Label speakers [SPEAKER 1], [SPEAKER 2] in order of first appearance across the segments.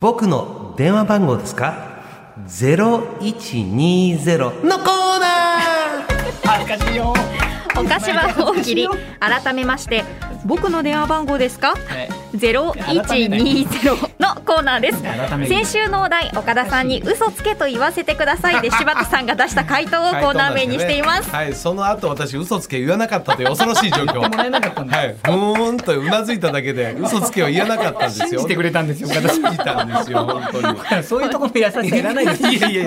[SPEAKER 1] 僕の電話番号ですか ?0120 のコーナー
[SPEAKER 2] 恥ずかしいよ。
[SPEAKER 3] お菓子は大喜利改めまして僕の電話番号ですか
[SPEAKER 2] はい。
[SPEAKER 3] 0120のコーナーです
[SPEAKER 2] 改めて
[SPEAKER 3] 先週のお題岡田さんに嘘つけと言わせてくださいで柴田さんが出した回答をコーナー名にしています
[SPEAKER 4] はい、その後私嘘つけ言わなかったという恐ろしい状況。
[SPEAKER 2] もらえなかったんだ
[SPEAKER 4] はい、ふーんとうなずいただけで嘘つけは言わなかったんですよ。
[SPEAKER 2] 信じてくれたんですよ。私。
[SPEAKER 4] 信じたんですよ、本当に。
[SPEAKER 2] そういうところの優しさいらないです。
[SPEAKER 4] いやいやい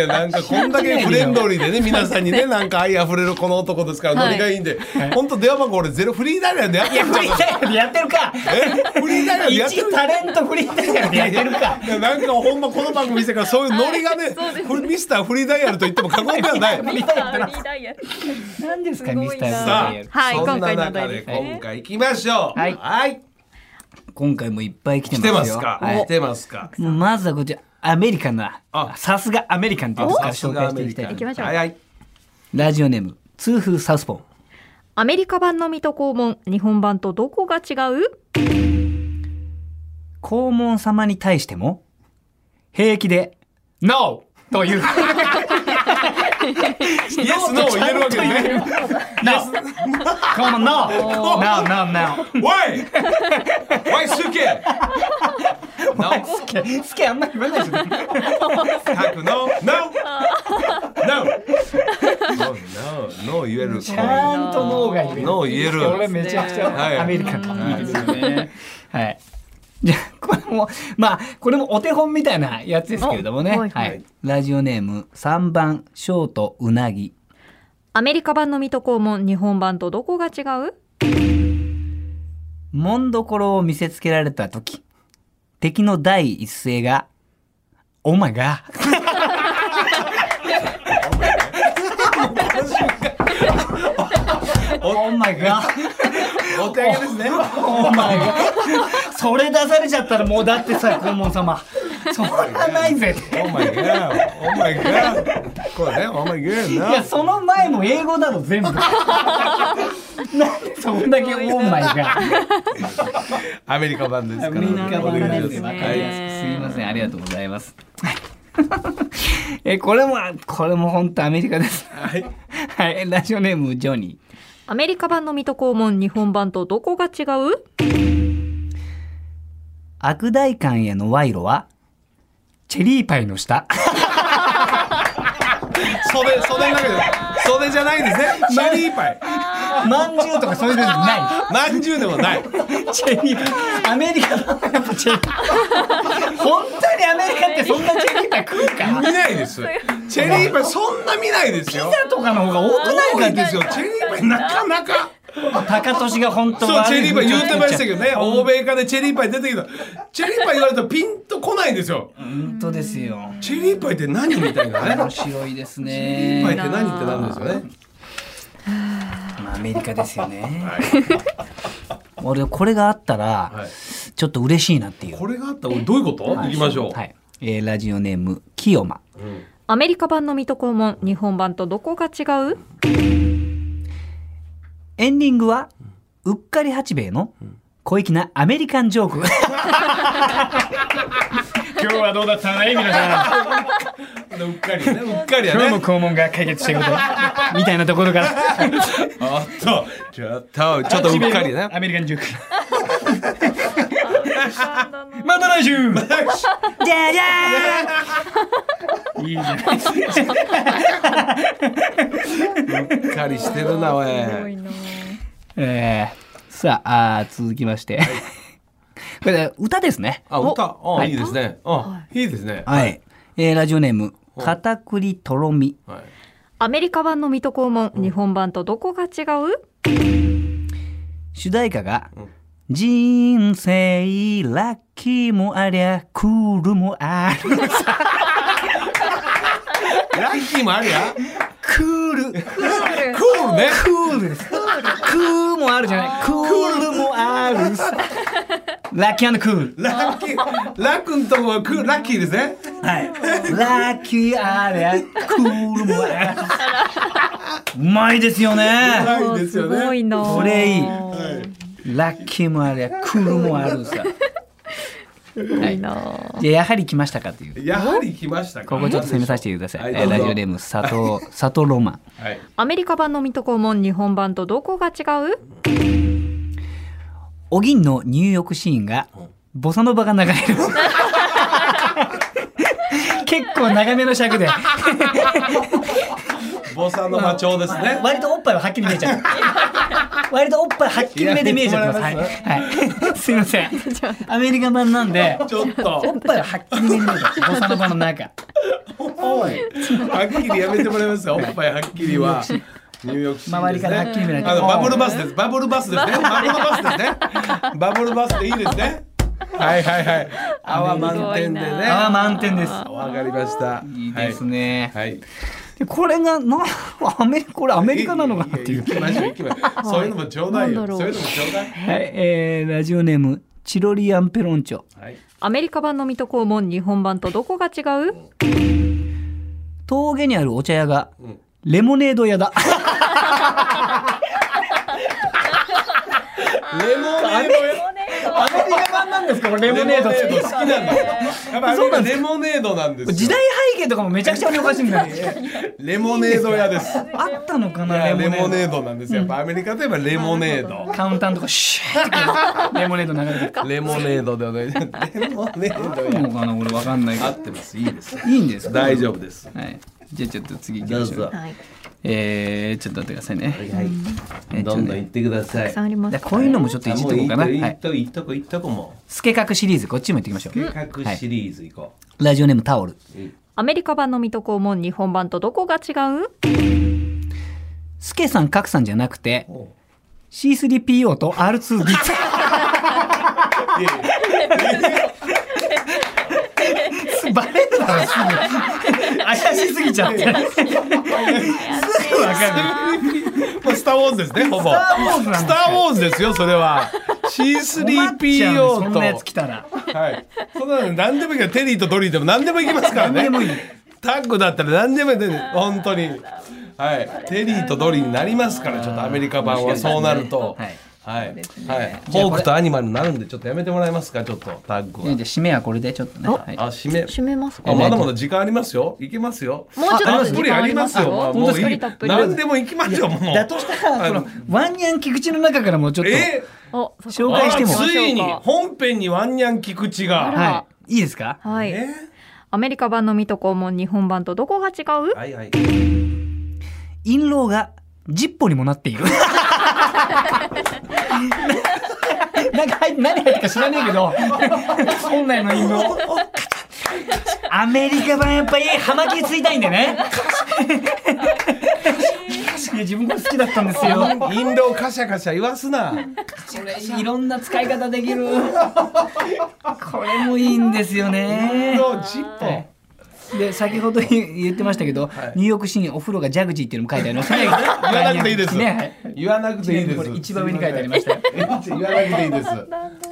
[SPEAKER 4] やなんかこんだけフレンドリーでね皆さんにねなんか愛あふれるこの男ですから
[SPEAKER 3] はい
[SPEAKER 4] ノリがいいんで、本当電話番号俺ゼロフリーダイヤルでやっ
[SPEAKER 2] い
[SPEAKER 4] て
[SPEAKER 2] や、
[SPEAKER 4] る
[SPEAKER 2] フリーダイヤルでやってるか。
[SPEAKER 4] えフリーダイヤルでやってる
[SPEAKER 2] 一タレントフリーダイヤルでやってるか。
[SPEAKER 4] いやなんかほんまこの番組してからそういうノリがね
[SPEAKER 3] そうです
[SPEAKER 4] フリミスターフリーダイヤルと言っても過言ではな い
[SPEAKER 2] フリーダイヤルって何ですか、
[SPEAKER 3] すごい
[SPEAKER 2] ミ
[SPEAKER 3] な
[SPEAKER 2] スターフリーダイ
[SPEAKER 4] さ
[SPEAKER 2] ヤル。
[SPEAKER 4] あ、
[SPEAKER 3] はい
[SPEAKER 4] そんな
[SPEAKER 3] 今回のお
[SPEAKER 4] 中
[SPEAKER 3] 題
[SPEAKER 4] で
[SPEAKER 3] です
[SPEAKER 4] 今回行きましょう
[SPEAKER 2] はい今回もいっぱい来て
[SPEAKER 4] 来
[SPEAKER 2] ますよ。
[SPEAKER 4] てますか
[SPEAKER 2] はい
[SPEAKER 4] 来てますか
[SPEAKER 2] もうまずはこちら、アメリカンな
[SPEAKER 4] あ。
[SPEAKER 2] さすがアメリカンっていうとこから紹介していきたい
[SPEAKER 3] 行きましょう
[SPEAKER 4] はいはい
[SPEAKER 2] ラジオネーム、通風サウスポー。
[SPEAKER 3] アメリカ版の水戸黄門日本版とどこが違う
[SPEAKER 2] 黄門様に対しても、平気で、NO! と いう。
[SPEAKER 4] イエスノーを言えるわけね
[SPEAKER 2] NO! 黄門 NO! NO! NO! NO!
[SPEAKER 4] Why? Why すけなお
[SPEAKER 2] 好き、好きあんまり言わないですよね。
[SPEAKER 4] 書くの No! No! No! No! No 言える
[SPEAKER 2] ちゃんと脳が言える。
[SPEAKER 4] No 言える
[SPEAKER 2] 俺めちゃくち
[SPEAKER 4] はい
[SPEAKER 2] ゃアメリカンいいですよね。はい。じゃあこれもまあこれもお手本みたいなやつですけれどもね。は
[SPEAKER 3] おはい
[SPEAKER 2] い、
[SPEAKER 3] はい
[SPEAKER 2] ラジオネーム三番ショートうなぎ。
[SPEAKER 3] アメリカ版の水戸黄門日本版とどこが違う
[SPEAKER 2] もんどころを見せつけられた時、敵の第一声が、オマが。オマが。
[SPEAKER 4] お手上げですね
[SPEAKER 2] お前がそれ出されちゃったらもうだってさ黄門様そんなないぜって
[SPEAKER 4] Oh my god! Oh my god! これね、Oh my god!
[SPEAKER 2] い
[SPEAKER 4] No!
[SPEAKER 2] やその前も英語だろ 全部なんでそんだけオーマイが
[SPEAKER 4] アメリカ版ですから。
[SPEAKER 2] アメリカ版
[SPEAKER 4] お願
[SPEAKER 2] なん
[SPEAKER 4] い
[SPEAKER 2] で
[SPEAKER 4] し
[SPEAKER 2] す
[SPEAKER 4] ま
[SPEAKER 2] わ
[SPEAKER 4] す
[SPEAKER 2] かり
[SPEAKER 4] は
[SPEAKER 2] や
[SPEAKER 4] い
[SPEAKER 2] すくすいませんありがとうございます えこれもこれも本当アメリカですはい、はい、ラジオネームジョニー
[SPEAKER 3] アメリカ版の水戸黄門日本版とどこが違う
[SPEAKER 2] 悪代官への賄賂はチェリーパイの下
[SPEAKER 4] 袖、袖だけど、袖じゃないですね。チェリーパイ。
[SPEAKER 2] まんじゅうとかそういうのない
[SPEAKER 4] まんじゅうでもない。
[SPEAKER 2] チェリーパイアメリカのやっぱチェリーパイ本当にアメリカってそんなチェリーパイ食うか
[SPEAKER 4] 見ないです。チェリーパイ、そんな見ないですよ。
[SPEAKER 2] とかの方が多くない
[SPEAKER 4] 多いですよ。チェリーパイ、なかなか。
[SPEAKER 2] 高俊が本当
[SPEAKER 4] そう、チェリーパイ言う
[SPEAKER 2] う
[SPEAKER 4] てましたけどね。欧米化でチェリーパイ出てきた。チェリーパイ言われたらピンとこないんですよ。
[SPEAKER 2] 本当ですよ
[SPEAKER 4] チェリーパイって何みたいなね。
[SPEAKER 2] 面白いです
[SPEAKER 4] チェリーパイっ
[SPEAKER 2] ね
[SPEAKER 4] て何ってなるんですよね。
[SPEAKER 2] まあアメリカですよね俺これがあったら
[SPEAKER 4] はい。
[SPEAKER 2] ちょっと嬉しいなっていう
[SPEAKER 4] これがあったら、どういうこと行きましょう。
[SPEAKER 2] はい、えーラジオネームキヨマ
[SPEAKER 3] アメリカ版の水戸黄門日本版とどこが違う
[SPEAKER 2] エンディングはうっかり八兵衛の小粋なアメリカンジ ョーク今日はどうだったのね皆さん
[SPEAKER 4] うっかりね。うっかりや
[SPEAKER 2] 今日も
[SPEAKER 4] ね。
[SPEAKER 2] 肛門が解決してることみたいなところから
[SPEAKER 4] あっと、ちょっと、ちょっとうっかりね。
[SPEAKER 2] アメリカンジュークまた来週じゃじゃーんいいじゃないう
[SPEAKER 4] っかりしてるな、おい。
[SPEAKER 2] えー、さああー続きましてこれ歌ですね
[SPEAKER 4] あ、歌。あ、
[SPEAKER 2] はい
[SPEAKER 4] いいですね。あ、いいですね。
[SPEAKER 2] はい、えー、ラジオネーム片栗とろみ
[SPEAKER 4] はい。
[SPEAKER 3] アメリカ版の水戸黄門日本版とどこが違う
[SPEAKER 2] 主題歌が
[SPEAKER 4] ん
[SPEAKER 2] 「人生ラッキーもありゃクールもある
[SPEAKER 4] ラッキーもあるや。」
[SPEAKER 2] クール
[SPEAKER 4] クールね。
[SPEAKER 2] クールです。クーもあるじゃない。クールもある。ラッキークール。
[SPEAKER 4] ラッキー。ラックんとこはクール、ラッキーですね。
[SPEAKER 2] はい。ラッキーあれ、クールもある。うまいですよね。
[SPEAKER 4] ラッキーですよ
[SPEAKER 3] すご
[SPEAKER 4] ね。
[SPEAKER 3] いな
[SPEAKER 2] それいい
[SPEAKER 3] は
[SPEAKER 2] ラッキーもあれ、クールもあるさ。はい
[SPEAKER 3] いいな
[SPEAKER 2] じゃあやはり来ましたかという。
[SPEAKER 4] やはり来ましたか
[SPEAKER 2] ここちょっと攻めさせてください。
[SPEAKER 4] はい
[SPEAKER 2] えー
[SPEAKER 4] どう
[SPEAKER 2] ラ
[SPEAKER 4] ぞ
[SPEAKER 2] ジオネーム佐 藤佐藤ロマン。
[SPEAKER 4] はい
[SPEAKER 3] アメリカ版の水戸黄門日本版とどこが違う
[SPEAKER 2] お銀の入浴シーンがボサノバが流れる。 結構長めの尺で
[SPEAKER 4] ボサノバ調ですね
[SPEAKER 2] 割とおっぱいははっきり見えちゃう。割とおっぱいはっきり目で見えちゃってます。はい。 はい、すいません。アメリカ版なんで。
[SPEAKER 4] ちょっと
[SPEAKER 2] おっぱいははっきり見えるんですボサノバの中。
[SPEAKER 4] おいはっきりやめてもらいますよおっぱいはっきりはニューヨークシーン
[SPEAKER 2] 周
[SPEAKER 4] で
[SPEAKER 2] り
[SPEAKER 4] す
[SPEAKER 2] からはっきり見
[SPEAKER 4] ね
[SPEAKER 2] ない
[SPEAKER 4] あのバブルバスですバブルバスですねバブルバスですねバブルバスでいいですねはいはいはい泡満点でね
[SPEAKER 2] 泡満点です。
[SPEAKER 4] わかりました
[SPEAKER 2] いいですね。
[SPEAKER 4] はいはい
[SPEAKER 2] でこれがなアメリカこれアメリカなのかなっていう。
[SPEAKER 4] 行きましょう行きましょうそういうのもちょうだいよ
[SPEAKER 3] なんだろう
[SPEAKER 4] そういうのもちょうだい
[SPEAKER 2] はい、えーラジオネームチロリアンペロンチョ。
[SPEAKER 4] はい
[SPEAKER 3] アメリカ版の水戸黄門日本版とどこが違う
[SPEAKER 2] 峠にあるお茶屋が、
[SPEAKER 4] ん
[SPEAKER 2] レモネード屋 だ。
[SPEAKER 4] レモネードや
[SPEAKER 2] アメリカ版なんですかこれ
[SPEAKER 4] レモネード好きなんだよやっぱ
[SPEAKER 2] そうなんで
[SPEAKER 4] レモネードなんですよ
[SPEAKER 2] 時代背景とかもめちゃくちゃおかしいんだよ。
[SPEAKER 4] レモネード屋です
[SPEAKER 2] あったのか
[SPEAKER 4] いや
[SPEAKER 2] な
[SPEAKER 4] レ
[SPEAKER 2] レ
[SPEAKER 4] モ
[SPEAKER 2] モネ
[SPEAKER 4] ネ
[SPEAKER 2] ー
[SPEAKER 4] ードなんですよ。やっぱアメリカといえばレモネー ド
[SPEAKER 2] ド。。カウンターのとこシューってレモネード流れてく
[SPEAKER 4] レモネードではない。レモネード
[SPEAKER 2] る
[SPEAKER 4] や。
[SPEAKER 2] のかな俺わかんないけ
[SPEAKER 4] 合
[SPEAKER 2] ど。
[SPEAKER 4] ってます。いいです。
[SPEAKER 2] いいんですか。
[SPEAKER 4] 大丈夫です。
[SPEAKER 2] はい。じゃあちょっと次行き
[SPEAKER 4] ど
[SPEAKER 2] ま
[SPEAKER 4] う
[SPEAKER 2] しょう
[SPEAKER 4] ぞ。。
[SPEAKER 3] はい、
[SPEAKER 2] えー、ちょっと待ってくださいね。えーちょっ
[SPEAKER 4] ど
[SPEAKER 2] と
[SPEAKER 4] ん
[SPEAKER 2] ね
[SPEAKER 4] どん行ってくださ
[SPEAKER 3] た
[SPEAKER 4] い
[SPEAKER 3] くさん。ありま
[SPEAKER 2] だ
[SPEAKER 3] す
[SPEAKER 2] からこういうのもちょっといじっとこうかな。
[SPEAKER 4] あもう
[SPEAKER 2] はいい
[SPEAKER 4] っ。とこいっとこいっとこもう。
[SPEAKER 2] スケカクシリーズ、こっちも行ってきましょう。
[SPEAKER 4] 計画シリーズ行こ
[SPEAKER 2] ラジオネームタオル。
[SPEAKER 4] う。
[SPEAKER 3] アメリカ版の水戸黄門日本版とどこが違う
[SPEAKER 2] スケさん、カクさんじゃなくて、
[SPEAKER 4] おう
[SPEAKER 2] C3PO と R2D2。
[SPEAKER 4] いやいや
[SPEAKER 2] バレるだろ、すぐ。怪しすぎちゃって。すぐわか る。
[SPEAKER 4] これスターウォーズですね。ほぼ。
[SPEAKER 2] ターウォーズなんだ
[SPEAKER 4] スターウォーズですよ。そ れは。
[SPEAKER 2] 困っちゃう
[SPEAKER 4] C3PO
[SPEAKER 2] そん
[SPEAKER 4] と。
[SPEAKER 2] なやつ来たら。
[SPEAKER 4] はい。そんなの何でもいいからテリーとドリーでも何でもいきますからね。
[SPEAKER 2] 何でもいい
[SPEAKER 4] タッグだったら何でもいいね本当に。はい。テリーとドリーになりますから、ちょっとアメリカ版はそうなると。
[SPEAKER 2] はい
[SPEAKER 4] はい。はい。フォークとアニマルになるんで、ちょっとやめてもらえますか、ちょっとタッグ
[SPEAKER 2] じゃあ
[SPEAKER 4] は。
[SPEAKER 2] 締めはこれでちょっとね。はい
[SPEAKER 4] あ、締め。
[SPEAKER 3] 閉めますか
[SPEAKER 4] あまだまだ時間ありますよ。いけますよ。
[SPEAKER 3] もうちょっと
[SPEAKER 4] たっぷりありますよ。
[SPEAKER 3] 時間
[SPEAKER 4] ま
[SPEAKER 3] あ
[SPEAKER 4] あ
[SPEAKER 3] り
[SPEAKER 4] も
[SPEAKER 3] ま
[SPEAKER 4] う
[SPEAKER 3] す
[SPEAKER 4] い
[SPEAKER 3] よ
[SPEAKER 4] い。
[SPEAKER 3] 本当ですか
[SPEAKER 4] 何でも行きましょう。もう。
[SPEAKER 2] だとしたら、この、ワンニャン菊池の中からもうちょっと、
[SPEAKER 4] え
[SPEAKER 3] おそ
[SPEAKER 2] 紹
[SPEAKER 4] ー
[SPEAKER 2] 介しても
[SPEAKER 4] あーついに
[SPEAKER 3] は
[SPEAKER 4] 本編にワンニャン菊池が。
[SPEAKER 2] はい。いいですか
[SPEAKER 3] い、
[SPEAKER 4] え
[SPEAKER 3] アメリカ版の水戸黄門日本版とどこが違う
[SPEAKER 4] ーはいはい。
[SPEAKER 2] 陰謀がジッポにもなっている。 なんか入っ何入ったか知らねえけど、本来の陰謀。アメリカ版やっぱりハマキついたいんでね。いや自分これ好きだったんですよ。
[SPEAKER 4] インドをカシャカシャ言わすな。
[SPEAKER 2] いろんな使い方できる。これもいいんですよ
[SPEAKER 4] イン
[SPEAKER 2] ね。
[SPEAKER 4] ドチッポ。
[SPEAKER 2] で先ほど言ってましたけど、ニューヨークシーンお風呂がジャグジーっていうのも書いてありますね。 言
[SPEAKER 4] 言わなくていいです。
[SPEAKER 2] ね。
[SPEAKER 4] 言わなくていいです。
[SPEAKER 2] これ一番上に書いてありましたよ。
[SPEAKER 4] 言わなくていいです。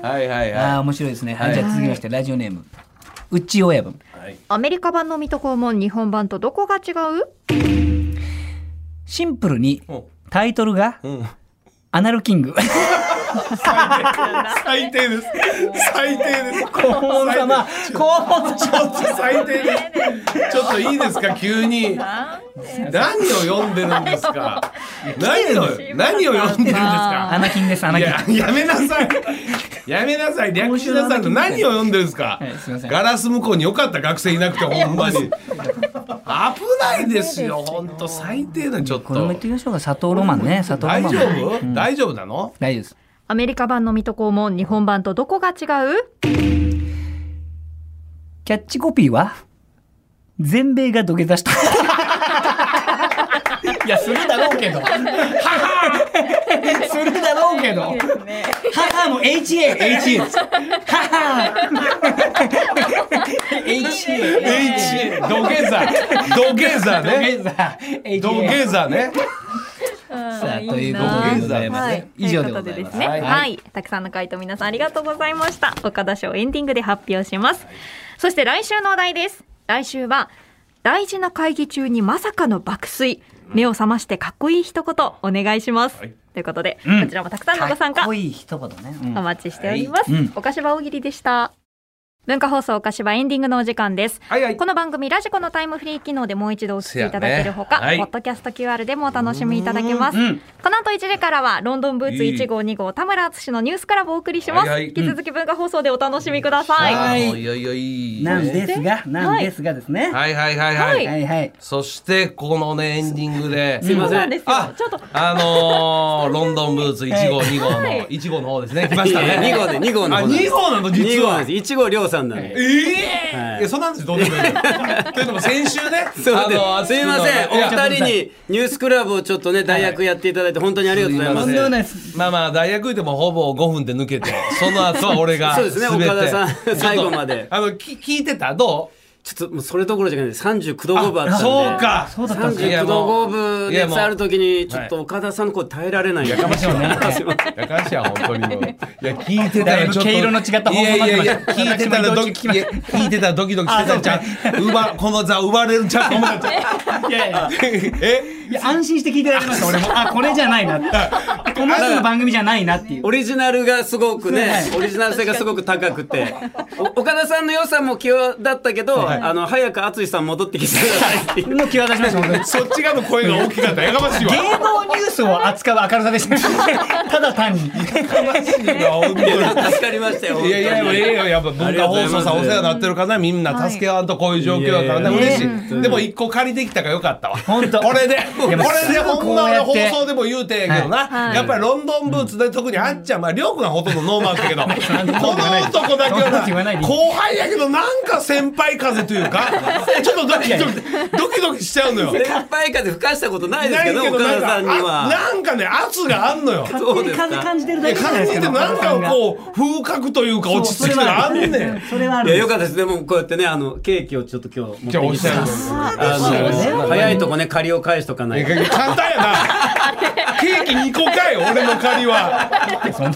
[SPEAKER 4] はいはい
[SPEAKER 2] ああー
[SPEAKER 4] は
[SPEAKER 2] 面白いですね。
[SPEAKER 4] はい
[SPEAKER 2] じゃあ続きましてラジオネームうっちー親分。
[SPEAKER 4] い。はい
[SPEAKER 3] アメリカ版の水戸黄門日本版とどこが違う
[SPEAKER 2] シンプルに
[SPEAKER 4] お
[SPEAKER 2] タイトルが
[SPEAKER 4] ん
[SPEAKER 2] アナルキング。
[SPEAKER 4] 最低です。最低です。
[SPEAKER 2] 黄門様。黄門
[SPEAKER 4] ちょっと最低です。ちょっといいですか急に。何を読んでるんですか。 何を何を読んでるんです
[SPEAKER 2] ア
[SPEAKER 4] か。
[SPEAKER 2] ナキンですアナ
[SPEAKER 4] い
[SPEAKER 2] キン。
[SPEAKER 4] ややめなさい。やめなさい。略しなさいと何を読んでるんですか
[SPEAKER 2] はい。すいません
[SPEAKER 4] ガラス向こうに良かった学生いなくてほんまに。危ないですよ。本当最低なちょっ
[SPEAKER 2] これも
[SPEAKER 4] と
[SPEAKER 2] 言っ。てみましょうか佐藤ロマンね佐藤ロマ
[SPEAKER 4] 大
[SPEAKER 2] ン。
[SPEAKER 4] 丈夫、大丈夫なの
[SPEAKER 2] 大丈夫です。
[SPEAKER 3] アメリカ版の水戸黄門日本版とどこが違う
[SPEAKER 2] キャッチコピーは全米が土下座した。 いやするだろうけど。はは。するだろうけど。ははも H A H A。はは。H A。
[SPEAKER 4] H 土下座土下座ね土下座ね
[SPEAKER 2] さあというこ
[SPEAKER 4] な
[SPEAKER 2] とでございます、
[SPEAKER 3] はい、
[SPEAKER 2] 以上でございます
[SPEAKER 3] とうことでですね
[SPEAKER 4] は
[SPEAKER 3] はいい、たくさんの回答皆さんありがとうございました岡田賞エンディングで発表します、そして来週のお題です来週は大事な会議中にまさかの爆睡目を覚ましてかっこいい一言お願いします、
[SPEAKER 4] はい
[SPEAKER 3] ということで、
[SPEAKER 2] うん
[SPEAKER 3] こちらもたくさんのご参
[SPEAKER 2] かっ
[SPEAKER 3] 加
[SPEAKER 2] こいい一言ね、うん
[SPEAKER 3] お待ちしております、
[SPEAKER 2] はいうん
[SPEAKER 3] 岡島大喜利でした文化放送柏エンディングのお時間です、
[SPEAKER 4] はいはい
[SPEAKER 3] この番組ラジコのタイムフリー機能でもう一度お聞きいただけるほ
[SPEAKER 4] せ
[SPEAKER 3] か、
[SPEAKER 4] やねはい
[SPEAKER 3] ポッドキャスト QR でもお楽しみいただけます、
[SPEAKER 2] うんうん
[SPEAKER 3] この後1時からはロンドンブーツ1号2号田村淳のニュースからお送りします、
[SPEAKER 4] はいはいうん
[SPEAKER 3] 引き続き文化放送でお楽しみください、
[SPEAKER 2] はい
[SPEAKER 4] あーいやいやいいね
[SPEAKER 2] なんですが、なんですがですね。
[SPEAKER 4] はいはいはいは。
[SPEAKER 3] はいい
[SPEAKER 2] はいはい。
[SPEAKER 4] そしてこのねエンディングで。
[SPEAKER 2] すいま
[SPEAKER 3] そう
[SPEAKER 2] せ
[SPEAKER 3] なんん。ですよ
[SPEAKER 4] あ
[SPEAKER 3] ちょっと
[SPEAKER 4] あのー、 ロンドンブーツ1号
[SPEAKER 2] は
[SPEAKER 4] 2号の
[SPEAKER 3] はい
[SPEAKER 4] 1号の方ですね来ましたね
[SPEAKER 5] いや二号 で二号の
[SPEAKER 4] あ
[SPEAKER 5] 方なんで
[SPEAKER 4] 2
[SPEAKER 5] す
[SPEAKER 4] 号なの
[SPEAKER 5] 二
[SPEAKER 4] 実
[SPEAKER 5] 号な
[SPEAKER 4] は
[SPEAKER 5] んです。一号りょうさんなんで。
[SPEAKER 4] ええ
[SPEAKER 5] はい
[SPEAKER 4] いや、そんなんです、どう でもいい。というのも、先週ね、
[SPEAKER 5] そうなんです
[SPEAKER 4] あ
[SPEAKER 5] すいません、
[SPEAKER 4] いや
[SPEAKER 5] お二人にニュースクラブをちょっとね、代役やっていただいて、本当にありがとうございます
[SPEAKER 2] とん
[SPEAKER 4] す
[SPEAKER 2] で
[SPEAKER 4] い
[SPEAKER 2] も
[SPEAKER 5] す。
[SPEAKER 2] ないです。
[SPEAKER 4] まあまあ、大学でもほぼ5分で抜けて、その後は俺が
[SPEAKER 5] そう
[SPEAKER 4] 滑っ
[SPEAKER 5] で
[SPEAKER 4] て。
[SPEAKER 5] すね、岡田さん、最後まで。
[SPEAKER 4] あの、き聞いてたど
[SPEAKER 5] ちょっともうそれどころじゃないです、39度
[SPEAKER 4] う
[SPEAKER 5] 5分あったんで。
[SPEAKER 4] そうか。そうだ
[SPEAKER 5] 39度5分
[SPEAKER 4] いやも
[SPEAKER 5] 熱
[SPEAKER 4] う
[SPEAKER 5] あるときに、ちょっと岡田さんの声耐えられない。
[SPEAKER 4] やかましいわね。やかましいわ、本当に もう。いや、聞いてた
[SPEAKER 2] だい
[SPEAKER 4] ら
[SPEAKER 2] ぶ
[SPEAKER 4] ちょっと。
[SPEAKER 2] 毛色の違った
[SPEAKER 4] い
[SPEAKER 2] 方
[SPEAKER 4] や
[SPEAKER 2] 向
[SPEAKER 4] い
[SPEAKER 2] まで
[SPEAKER 4] や
[SPEAKER 2] 来ま
[SPEAKER 4] いや、
[SPEAKER 2] した
[SPEAKER 4] 聞いてたらド
[SPEAKER 2] 私も移動中聞
[SPEAKER 4] キ、
[SPEAKER 2] き
[SPEAKER 4] い
[SPEAKER 2] ま
[SPEAKER 4] や聞いてたらドキドキしてたんちゃう。うば、この座、奪われるんちゃう と思ったんちゃう。
[SPEAKER 2] いやいや
[SPEAKER 4] え
[SPEAKER 2] いや安心して聞いてられました。俺もあこれじゃないなって。この人の番組じゃないなっていう。
[SPEAKER 5] オリジナルがすごくね、オリジナル性がすごく高くて、お岡田さんの良さも際だったけど、あの、早く淳さん戻ってきてくださいっていう
[SPEAKER 2] もう際立ちました本当に。
[SPEAKER 4] そっち側の声が大きかった。やかましいわ。
[SPEAKER 2] 芸能ニュースを扱う明るさでした。 ただ単に。
[SPEAKER 5] 助かりましたよ。
[SPEAKER 4] いやいや、いやいや、やっぱ文化放送さんお世話になってるからな、みんな助け合わんとこういう状況だからな、
[SPEAKER 5] はい
[SPEAKER 4] 嬉し
[SPEAKER 5] ね
[SPEAKER 4] い。でも一個借りてきたからよかったわ。
[SPEAKER 2] 本当
[SPEAKER 4] これで、こ
[SPEAKER 2] や
[SPEAKER 4] れで
[SPEAKER 2] もうすぐ
[SPEAKER 4] ほん
[SPEAKER 2] こう
[SPEAKER 4] ま
[SPEAKER 2] や
[SPEAKER 4] の
[SPEAKER 2] っ
[SPEAKER 4] 放
[SPEAKER 2] て
[SPEAKER 4] 送でも言うてんやけどな、やっぱりロンドンブーツで特にあっちゃん、まあ、りょうくんはほとんどノーマンだけど、この男だけ
[SPEAKER 2] そんなこと言わ
[SPEAKER 4] は
[SPEAKER 2] ない
[SPEAKER 4] な、
[SPEAKER 2] で
[SPEAKER 4] 後輩やけど、なんか先輩風というか、ちょっとドキドキ、ドキドキしちゃうのよ。
[SPEAKER 5] 先輩風吹かしたことないですけど、
[SPEAKER 4] な
[SPEAKER 5] 岡田
[SPEAKER 4] ん
[SPEAKER 5] さ
[SPEAKER 4] か
[SPEAKER 5] んに
[SPEAKER 4] あ
[SPEAKER 5] は。
[SPEAKER 4] なんかね、圧があんのよ。
[SPEAKER 5] そうですか
[SPEAKER 2] 風感じてるだ
[SPEAKER 4] え
[SPEAKER 2] けじゃない
[SPEAKER 4] 感
[SPEAKER 2] で
[SPEAKER 4] じ
[SPEAKER 2] す
[SPEAKER 4] て
[SPEAKER 2] か。
[SPEAKER 4] なんかこう風格というか落ち着きがあんねん。
[SPEAKER 2] それはあ
[SPEAKER 5] い
[SPEAKER 2] るん
[SPEAKER 5] や、
[SPEAKER 2] で
[SPEAKER 5] よ
[SPEAKER 2] す。
[SPEAKER 5] かったです。でも、こうやってね、あの、ケーキをちょっと今日持
[SPEAKER 4] じゃあ
[SPEAKER 5] っ
[SPEAKER 4] お
[SPEAKER 5] て
[SPEAKER 4] っ
[SPEAKER 5] き
[SPEAKER 4] しゃ
[SPEAKER 5] て
[SPEAKER 4] る。
[SPEAKER 5] あの、早いとこね、借りを返しとかないと。
[SPEAKER 4] 簡単やな。ケーキ2個かい俺の借りは。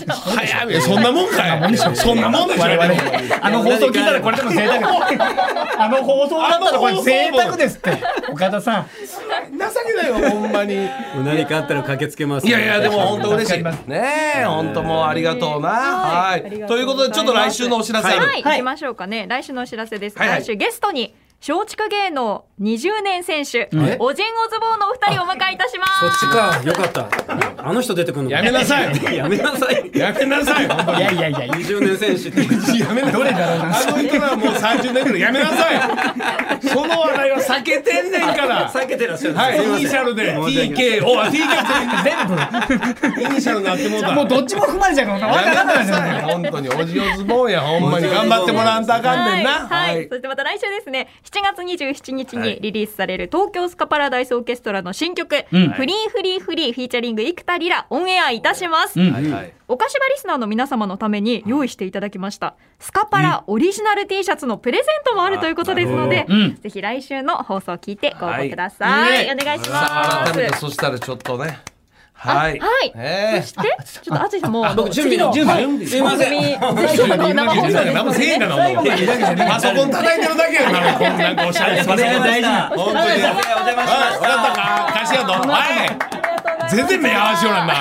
[SPEAKER 4] 早めそんなもんかい。そんなもんでしょ。
[SPEAKER 2] 我々あの放送聞いたらこれでも贅沢。あの放送だったらこれ贅沢ですって。岡田さん。
[SPEAKER 4] 情けないわほんまに。い
[SPEAKER 5] 何かあったら駆けつけます。
[SPEAKER 4] やいやでも本当嬉しい。
[SPEAKER 2] 助かりま
[SPEAKER 4] ねえ本当もうありがとうな。は
[SPEAKER 3] はい
[SPEAKER 4] い
[SPEAKER 3] あり。がと
[SPEAKER 4] と
[SPEAKER 3] う
[SPEAKER 4] いう
[SPEAKER 3] ございます
[SPEAKER 4] ことでちょっと来週のお知らせある。
[SPEAKER 3] はい、行きましょうかね。来週のお知らせです。
[SPEAKER 4] はいはい
[SPEAKER 3] 来週ゲストに松竹芸能20年選手、
[SPEAKER 4] え
[SPEAKER 3] おじんおずぼうのお二人をお迎えいたします。
[SPEAKER 5] そっちか。よかった。あの人出てくるの。
[SPEAKER 4] やめなさい。
[SPEAKER 5] い。やめなさい。
[SPEAKER 4] やめなさい。ほんま
[SPEAKER 2] い
[SPEAKER 4] に
[SPEAKER 2] やいやいや。
[SPEAKER 5] 20年選手って。
[SPEAKER 4] やめなどれだろうな。あの人らはもう30年ぐらいやめなさい。その話題は避けてんねんから。
[SPEAKER 5] 避けてらっしゃる。
[SPEAKER 4] はい、イニシャルで TK を TK 全部イニシャルになってもうた
[SPEAKER 2] もうどっちも含まれちゃうから分か
[SPEAKER 4] や
[SPEAKER 2] ら
[SPEAKER 4] め
[SPEAKER 2] なく
[SPEAKER 4] な
[SPEAKER 2] なっち
[SPEAKER 4] さ
[SPEAKER 2] ゃ
[SPEAKER 4] い本当におじおずぼうやほんまに頑張ってもらわんとあかんねんな
[SPEAKER 3] はい、はいそしてまた来週ですね7月27日にリリースされる東京スカパラダイスオーケストラの新曲「
[SPEAKER 2] ん
[SPEAKER 3] フリーフリーフリー」フィーチャリング生田リラオンエアいたします、
[SPEAKER 2] うん
[SPEAKER 4] はいはい
[SPEAKER 3] お菓子場リスナーの皆様のために用意していただきましたスカパラオリジナル T シャツのプレゼントもあるということですので、
[SPEAKER 2] ほどうん
[SPEAKER 3] ぜひ来週の放送を聞いてご応募ください、
[SPEAKER 4] はい
[SPEAKER 3] お願いし
[SPEAKER 4] さ
[SPEAKER 3] ま
[SPEAKER 4] あ
[SPEAKER 3] す
[SPEAKER 4] 改めてそしたらちょっとねはい
[SPEAKER 3] はい
[SPEAKER 4] え
[SPEAKER 3] そしてちょっと淳さんもう
[SPEAKER 5] 僕準備の準備。すいません。
[SPEAKER 3] ぜひこの生放送ですの
[SPEAKER 4] 何もせえへん
[SPEAKER 3] で
[SPEAKER 4] かなもうパソコン叩いてるだけやなこんなん かおしゃれ
[SPEAKER 5] それが大事な。
[SPEAKER 4] 本当に
[SPEAKER 5] お邪魔
[SPEAKER 4] はい、
[SPEAKER 5] しま
[SPEAKER 4] 分かったか貸しやとはい全然目合わせようなんな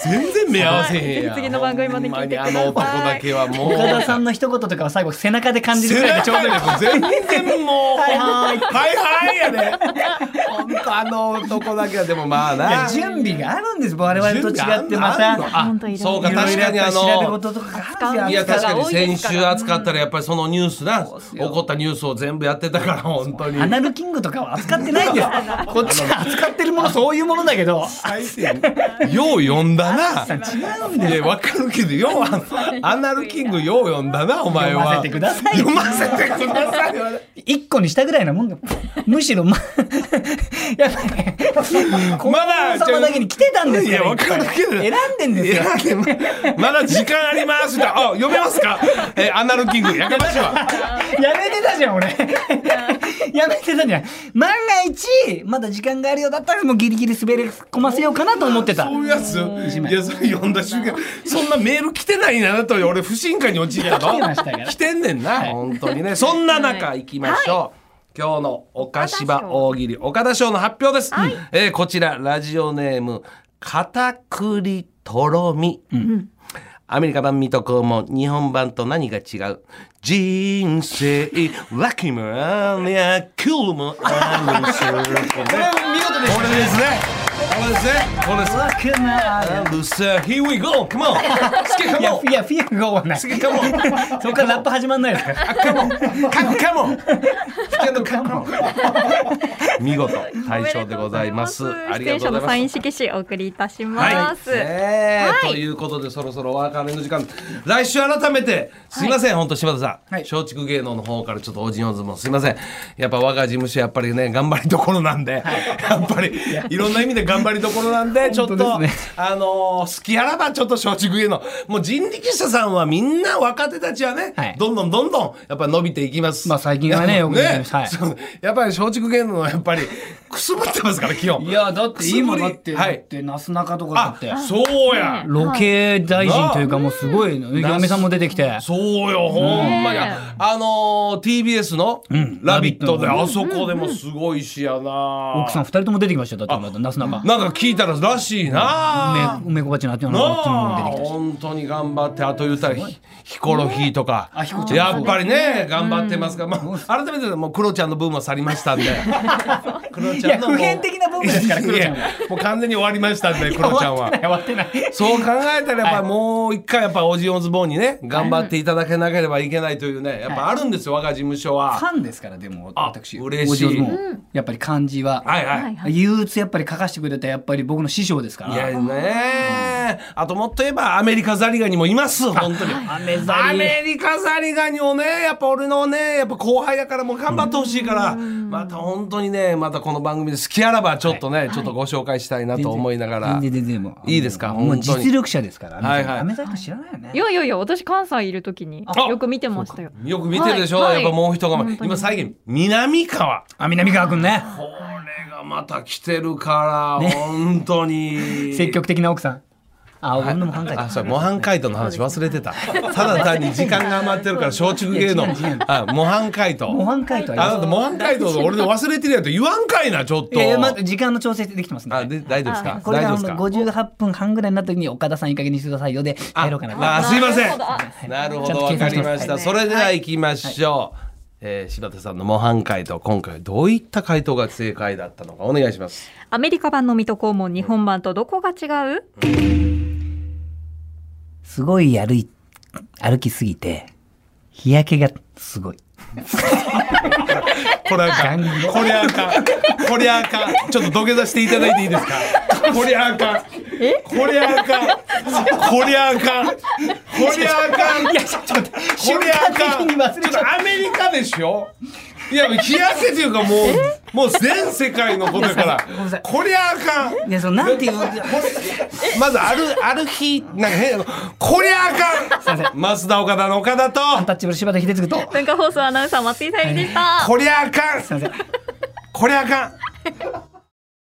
[SPEAKER 4] 全然目合わせへんや
[SPEAKER 3] は
[SPEAKER 4] ん
[SPEAKER 3] い次の番組まで聞いてください
[SPEAKER 4] ほんまにあの男だけはもう
[SPEAKER 2] 岡田さんの一言とかを最後背中で感じる
[SPEAKER 4] 背
[SPEAKER 2] くらいでちょうどいいです。
[SPEAKER 4] 中でも全然もう
[SPEAKER 2] はいはい
[SPEAKER 4] はいはいやで本当あの男だけはでもまあ
[SPEAKER 2] いや
[SPEAKER 4] な
[SPEAKER 2] 準備があるんです我々と違ってま
[SPEAKER 4] あんの
[SPEAKER 2] た
[SPEAKER 4] あ
[SPEAKER 3] 本当いろいろ
[SPEAKER 4] そうか
[SPEAKER 2] いろい
[SPEAKER 4] 確
[SPEAKER 2] ろやっぱ
[SPEAKER 4] かにあ
[SPEAKER 2] 調べ
[SPEAKER 4] の
[SPEAKER 2] 事とかがあるん
[SPEAKER 4] い
[SPEAKER 2] です
[SPEAKER 4] や
[SPEAKER 2] よ
[SPEAKER 4] 確かに
[SPEAKER 3] 多いで
[SPEAKER 4] 先
[SPEAKER 3] すから
[SPEAKER 4] 週扱ったらやっぱりそのニュースな
[SPEAKER 2] そうっす
[SPEAKER 4] 起
[SPEAKER 2] よ
[SPEAKER 4] こったニュースを全部やってたから本当に
[SPEAKER 2] アナルキングとかは扱ってないんですこっちが扱ってるものそういうものだけど
[SPEAKER 4] よう読んだな
[SPEAKER 2] 違うん
[SPEAKER 4] いやわかるけどようあのアナルキングよう読んだなお前
[SPEAKER 2] 読
[SPEAKER 4] は
[SPEAKER 2] ませてください
[SPEAKER 4] 読ませてください
[SPEAKER 2] 一個にしたぐらいな もんだむしろまやっぱね
[SPEAKER 4] まだ
[SPEAKER 2] 王様だけに来てたんです
[SPEAKER 4] いや
[SPEAKER 2] よ
[SPEAKER 4] わかるけど
[SPEAKER 2] 選んでんですよ
[SPEAKER 4] いやでもまだ時間ありますってあ読めますかえアナルキングやかましいわ
[SPEAKER 2] やめてたじゃん 俺やめてたじゃん万が一まだ時間があるようだったらもうギリギリ滑り込ませようかなと思ってた
[SPEAKER 4] そういうやついやそれ読んだ瞬間そんなメール来てないなと俺不信感に陥った
[SPEAKER 2] 来てま
[SPEAKER 4] の
[SPEAKER 2] したから
[SPEAKER 4] 来てんねんな、本当にねそんな中行きましょう、今日の
[SPEAKER 3] 岡
[SPEAKER 4] 岡
[SPEAKER 3] 田
[SPEAKER 4] 芝
[SPEAKER 3] 賞
[SPEAKER 4] 大喜利岡田賞の発表です、えーこちらラジオネーム片栗とろみ、
[SPEAKER 1] アメリカ版水戸黄門、日本版と何が違う人生、ラッキーもありゃ、クールもあるし。
[SPEAKER 4] これも見事でしたね。これですね。これですね。これです。And so here we go. Come on. スケカ
[SPEAKER 2] いや、
[SPEAKER 4] モン。
[SPEAKER 2] いや、フィアが終わない。
[SPEAKER 4] スケカモン。
[SPEAKER 2] そこからラップ始まんないですから。
[SPEAKER 4] カモン。カモン。カモン。スケのカモン。
[SPEAKER 1] 見事、大賞でございます。あり
[SPEAKER 3] 出
[SPEAKER 1] が
[SPEAKER 3] 演
[SPEAKER 1] とう
[SPEAKER 3] 者
[SPEAKER 1] ご
[SPEAKER 3] の
[SPEAKER 1] ざ
[SPEAKER 3] サイ
[SPEAKER 1] いま
[SPEAKER 3] ン
[SPEAKER 1] す。
[SPEAKER 3] 色紙お送りいたします。
[SPEAKER 4] ねえ
[SPEAKER 3] はい
[SPEAKER 4] ということでそろそろお別れの時間来週改めてすいません、本当柴田さん、
[SPEAKER 2] はい
[SPEAKER 4] 松竹芸能の方からちょっとおじんおずもすいませんやっぱ我が事務所やっぱりね頑張りどころなんで、やっぱりいろんな意味で頑張りどころなんでちょっと、
[SPEAKER 2] 本当です
[SPEAKER 4] あのー好きあらばちょっと松竹芸能もう人力車さんはみんな若手たちはね、
[SPEAKER 2] はい
[SPEAKER 4] どんどんどんどんやっぱ伸びていきます
[SPEAKER 2] まあ最近はね
[SPEAKER 4] や
[SPEAKER 2] よ
[SPEAKER 4] っぱ
[SPEAKER 2] く言いますはい
[SPEAKER 4] そうやっぱり松竹芸能はやっぱりくすぶってますから基本
[SPEAKER 2] いや、だって今
[SPEAKER 4] くすぶ
[SPEAKER 2] だ
[SPEAKER 4] り
[SPEAKER 2] って、
[SPEAKER 4] は
[SPEAKER 2] だっ
[SPEAKER 4] い
[SPEAKER 2] て、なすなかとかだ
[SPEAKER 4] あ
[SPEAKER 2] って。
[SPEAKER 4] そうや、
[SPEAKER 2] ロケ大臣というかもうすごいの。
[SPEAKER 4] な
[SPEAKER 2] 嫁さんも出てきて。
[SPEAKER 4] そうよ、ほんまに。
[SPEAKER 3] ね
[SPEAKER 4] あのー、TBS の「ラビット!」で、
[SPEAKER 2] ラビットの
[SPEAKER 4] あそこでもすごいしやな、
[SPEAKER 2] 奥さん二人とも出てきましたよ。だってまだなすなか。
[SPEAKER 4] なんか聞いたららしいな、
[SPEAKER 2] 梅子鉢のあっちの
[SPEAKER 4] な
[SPEAKER 2] あっちも出
[SPEAKER 4] あ
[SPEAKER 2] てきたし。
[SPEAKER 4] 本当に頑張ってあと言うたらヒヒコロヒーとか、
[SPEAKER 2] あヒコちゃん
[SPEAKER 4] やっぱりね頑張ってますが、まあ、改めてもうクロちゃんの分は去りまし たんでクロ
[SPEAKER 2] いや普遍的な部分ですからクロちゃんはい
[SPEAKER 4] やもう完全に終わりましたんでクロちゃんは。
[SPEAKER 2] 終わってない。終わってない
[SPEAKER 4] そう考えたらやっぱりもう一回やっぱオジオズボーンにね頑張っていただけなければいけないというねやっぱあるんですよ我が事務所
[SPEAKER 2] フ
[SPEAKER 4] は。
[SPEAKER 2] ァンですからでも
[SPEAKER 4] あ
[SPEAKER 2] 私。
[SPEAKER 4] 嬉しい
[SPEAKER 2] お嬢もやっぱり漢字は。
[SPEAKER 4] はいはい。
[SPEAKER 3] は
[SPEAKER 2] 憂鬱やっぱり書かせてくれたやっぱり僕の師匠ですから。
[SPEAKER 4] いやねあともっと言えばアメリカザリガニもいます本当に。
[SPEAKER 2] 雨ざ
[SPEAKER 4] ア
[SPEAKER 2] り。
[SPEAKER 4] メリカザリガニをねやっぱ俺のねやっぱ後輩だからもう頑張ってほしいからまた本当にねまたこの番組で好きあらばちょっとねちょっとご紹介したいなと思いながら
[SPEAKER 2] 全然全然もう。
[SPEAKER 4] いいですか
[SPEAKER 2] もう
[SPEAKER 4] 本当
[SPEAKER 2] 実
[SPEAKER 4] に
[SPEAKER 2] 力者ですから。
[SPEAKER 4] はいはい
[SPEAKER 2] 雨ざり知らないよね
[SPEAKER 3] い。やいやいや、私関西いるときに
[SPEAKER 4] あ
[SPEAKER 3] よく見てましたよ。
[SPEAKER 4] よく見てるでしょ
[SPEAKER 3] はい
[SPEAKER 4] やっぱもう一
[SPEAKER 3] は
[SPEAKER 4] 頑
[SPEAKER 3] い
[SPEAKER 4] 張
[SPEAKER 3] 本
[SPEAKER 4] り
[SPEAKER 3] 当に
[SPEAKER 4] 今最近南川。
[SPEAKER 2] あ南川くんね。
[SPEAKER 4] これがまた来てるから、本当に。
[SPEAKER 2] 積極的な奥さん。あ、俺のも考え
[SPEAKER 4] あ、そう、模範解答の話忘れて た。ただ単に時間が余ってるから、松竹芸能。あ、模範解答。
[SPEAKER 2] 模範解答
[SPEAKER 4] あ
[SPEAKER 2] は
[SPEAKER 4] なた模範解答の俺の忘れてるやつ言わんかいな、ちょっと。
[SPEAKER 2] いやいや、まあ、時間の調整できてますんで。
[SPEAKER 4] あ、で、大丈夫ですか
[SPEAKER 2] これ
[SPEAKER 4] 大丈
[SPEAKER 2] が
[SPEAKER 4] 夫
[SPEAKER 2] あ
[SPEAKER 4] です
[SPEAKER 2] の
[SPEAKER 4] か
[SPEAKER 2] 58分半ぐらいになった時に岡田さんいい加減にしてくださいよで帰ろうかなと。
[SPEAKER 4] あ、すいませ
[SPEAKER 3] なるほ
[SPEAKER 4] ん
[SPEAKER 3] どあ。
[SPEAKER 4] なるほ
[SPEAKER 2] ちゃん
[SPEAKER 4] ど、
[SPEAKER 2] と
[SPEAKER 4] わ
[SPEAKER 2] 計
[SPEAKER 4] か
[SPEAKER 2] 算して
[SPEAKER 4] り
[SPEAKER 2] ます
[SPEAKER 4] ました。それでは行きましょう。えー柴田さんの模範解答、今回どういった回答が正解だったのか、お願いします。
[SPEAKER 3] アメリカ版の水戸黄門、日本版とどこが違う
[SPEAKER 2] すごい歩い歩きすぎて日焼けがすごい。
[SPEAKER 4] これあかん。これあかん。これあかん。ちょっと土下座していただいていいですか。これあかん。これあかん。これあかん。これあかん。これあかん。
[SPEAKER 2] 瞬間的に忘れちゃった
[SPEAKER 4] ちょっとアメリカでしょ。いや日焼けというかもうもう全世界のことやからこれあかん
[SPEAKER 2] いやそのなんていう
[SPEAKER 4] まずあるある日なんか変なのこれあかん増田岡田の岡田と
[SPEAKER 2] アンタッチャブル柴田秀嗣と。
[SPEAKER 3] 文化放送アナウンサー松井さゆりでした。
[SPEAKER 4] こりゃあかんこりゃあかん